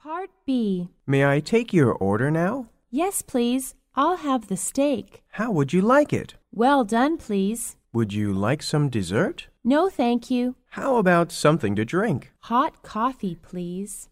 Part B. May I take your order now? Yes, please. I'll have the steak. How would you like it? Well done, please. Would you like some dessert? No, thank you. How about something to drink? Hot coffee, please.